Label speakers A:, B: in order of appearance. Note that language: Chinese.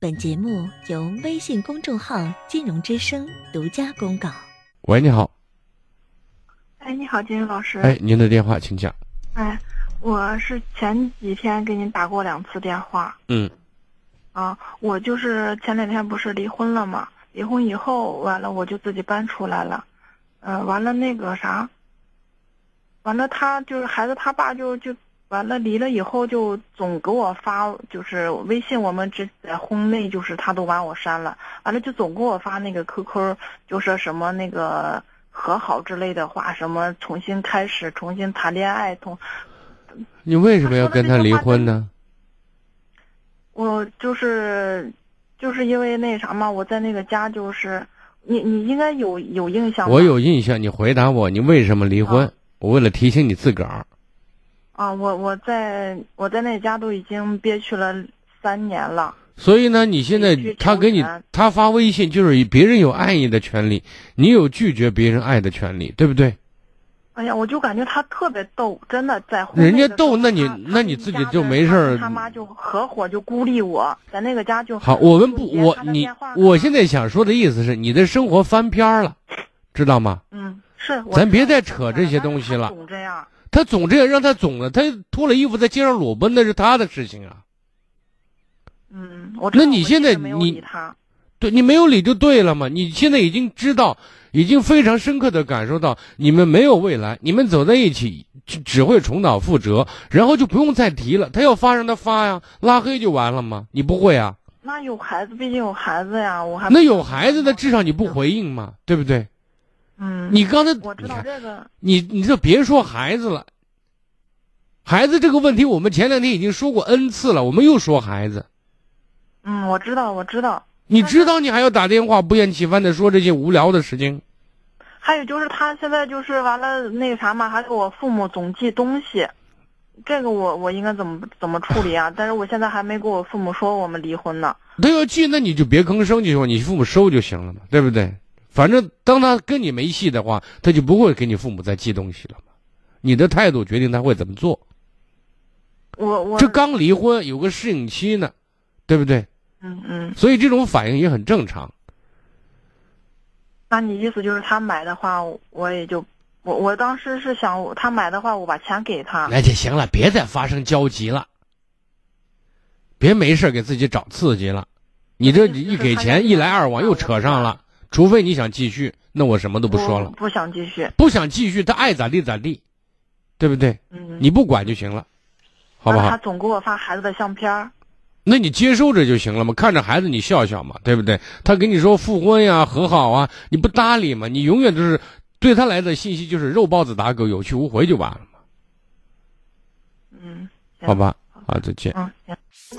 A: 本节目由微信公众号“金融之声”独家公告。
B: 喂，你好，
C: 哎，你好，金云老师。
B: 哎，您的电话，请讲。
C: 哎，我是前几天给您打过两次电话
B: 嗯
C: 啊。我就是前两天不是离婚了嘛，离婚以后完了我就自己搬出来了，呃，完了那个啥，完了他就是孩子他爸就就完了离了以后就总给我发就是微信我们只在婚内就是他都把我删了，完了就总给我发那个 QQ，就说什么那个和好之类的话，什么重新开始，重新谈恋爱，重
B: 你为什么要跟他离婚呢？
C: 我就是就是因为那啥嘛，我在那个家就是你你应该有有印象吧，
B: 我有印象，你回答我，你为什么离婚？我为了提醒你自个儿，
C: 啊，我我在我在那家都已经憋屈了三年了，
B: 所以呢，你现在
C: 去
B: 他给你
C: 纠缠
B: 他发微信，就是以别人有爱你的权利，你有拒绝别人爱的权利，对不对？
C: 哎呀，我就感觉他特别逗，真的在乎
B: 人家
C: 那个时候
B: 逗那你那
C: 他
B: 你
C: 他们
B: 自己
C: 家的
B: 就没事儿
C: 他妈就合伙就孤立我，在那个家就
B: 好，我们不，
C: 就连
B: 我
C: 他的
B: 你
C: 电话，
B: 我现在想说的意思是，你的生活翻篇儿了，知道吗？
C: 嗯是，我
B: 咱别
C: 知道
B: 再扯这些东西
C: 但是他
B: 了。
C: 总这样。
B: 他总这样，让他总了，他脱了衣服在街上裸奔，那是他的事情啊。
C: 嗯，我
B: 那你现在
C: 没有
B: 你
C: 理他，
B: 对你没有理就对了嘛。你现在已经知道，已经非常深刻的感受到，你们没有未来，你们走在一起只只会重蹈覆辙，然后就不用再提了。他要发让他发呀，拉黑就完了吗？你不会啊？
C: 那有孩子，毕竟有孩子呀，我还
B: 那有孩子的，至少你不回应嘛，对不对？
C: 嗯，
B: 你刚才
C: 我知
B: 你
C: 道
B: 看
C: 这个，
B: 你你就别说孩子了，孩子这个问题我们前两天已经说过 n 次了，我们又说孩子。
C: 嗯，我知道，我知道。
B: 你知道你还要打电话不厌其烦的说这些无聊的事情，
C: 还有就是他现在就是完了那个啥嘛，还给我父母总寄东西，这个我我应该怎么怎么处理啊？但是我现在还没跟我父母说我们离婚呢。
B: 他要寄啊那你就别吭声，就说你父母收就行了嘛，对不对？反正当他跟你没戏的话，他就不会给你父母再寄东西了嘛。你的态度决定他会怎么做。
C: 我我
B: 这刚离婚有个适应期呢，对不对？
C: 嗯嗯，
B: 所以这种反应也很正常。
C: 那你意思就是他买的话，我也就我我当时是想他买的话，我把钱给他。
B: 那就行了，别再发生交集了，别没事儿给自己找刺激了。你这一给钱一来二往又扯上了，除非你想继续，那我什么都不说了
C: 我。不想继续。
B: 不想继续，他爱咋地咋地，对不对？
C: 嗯，
B: 你不管就行了，好不
C: 完了他
B: 好？
C: 总给我发孩子的相片儿。
B: 那你接受着就行了嘛，看着孩子你笑笑嘛，对不对？他跟你说复婚呀、和好啊，你不搭理嘛，你永远都是对他来的信息就是肉包子打狗，有去无回就完了嘛，
C: 嗯，行
B: 好。吧？好，再见。
C: 嗯，行。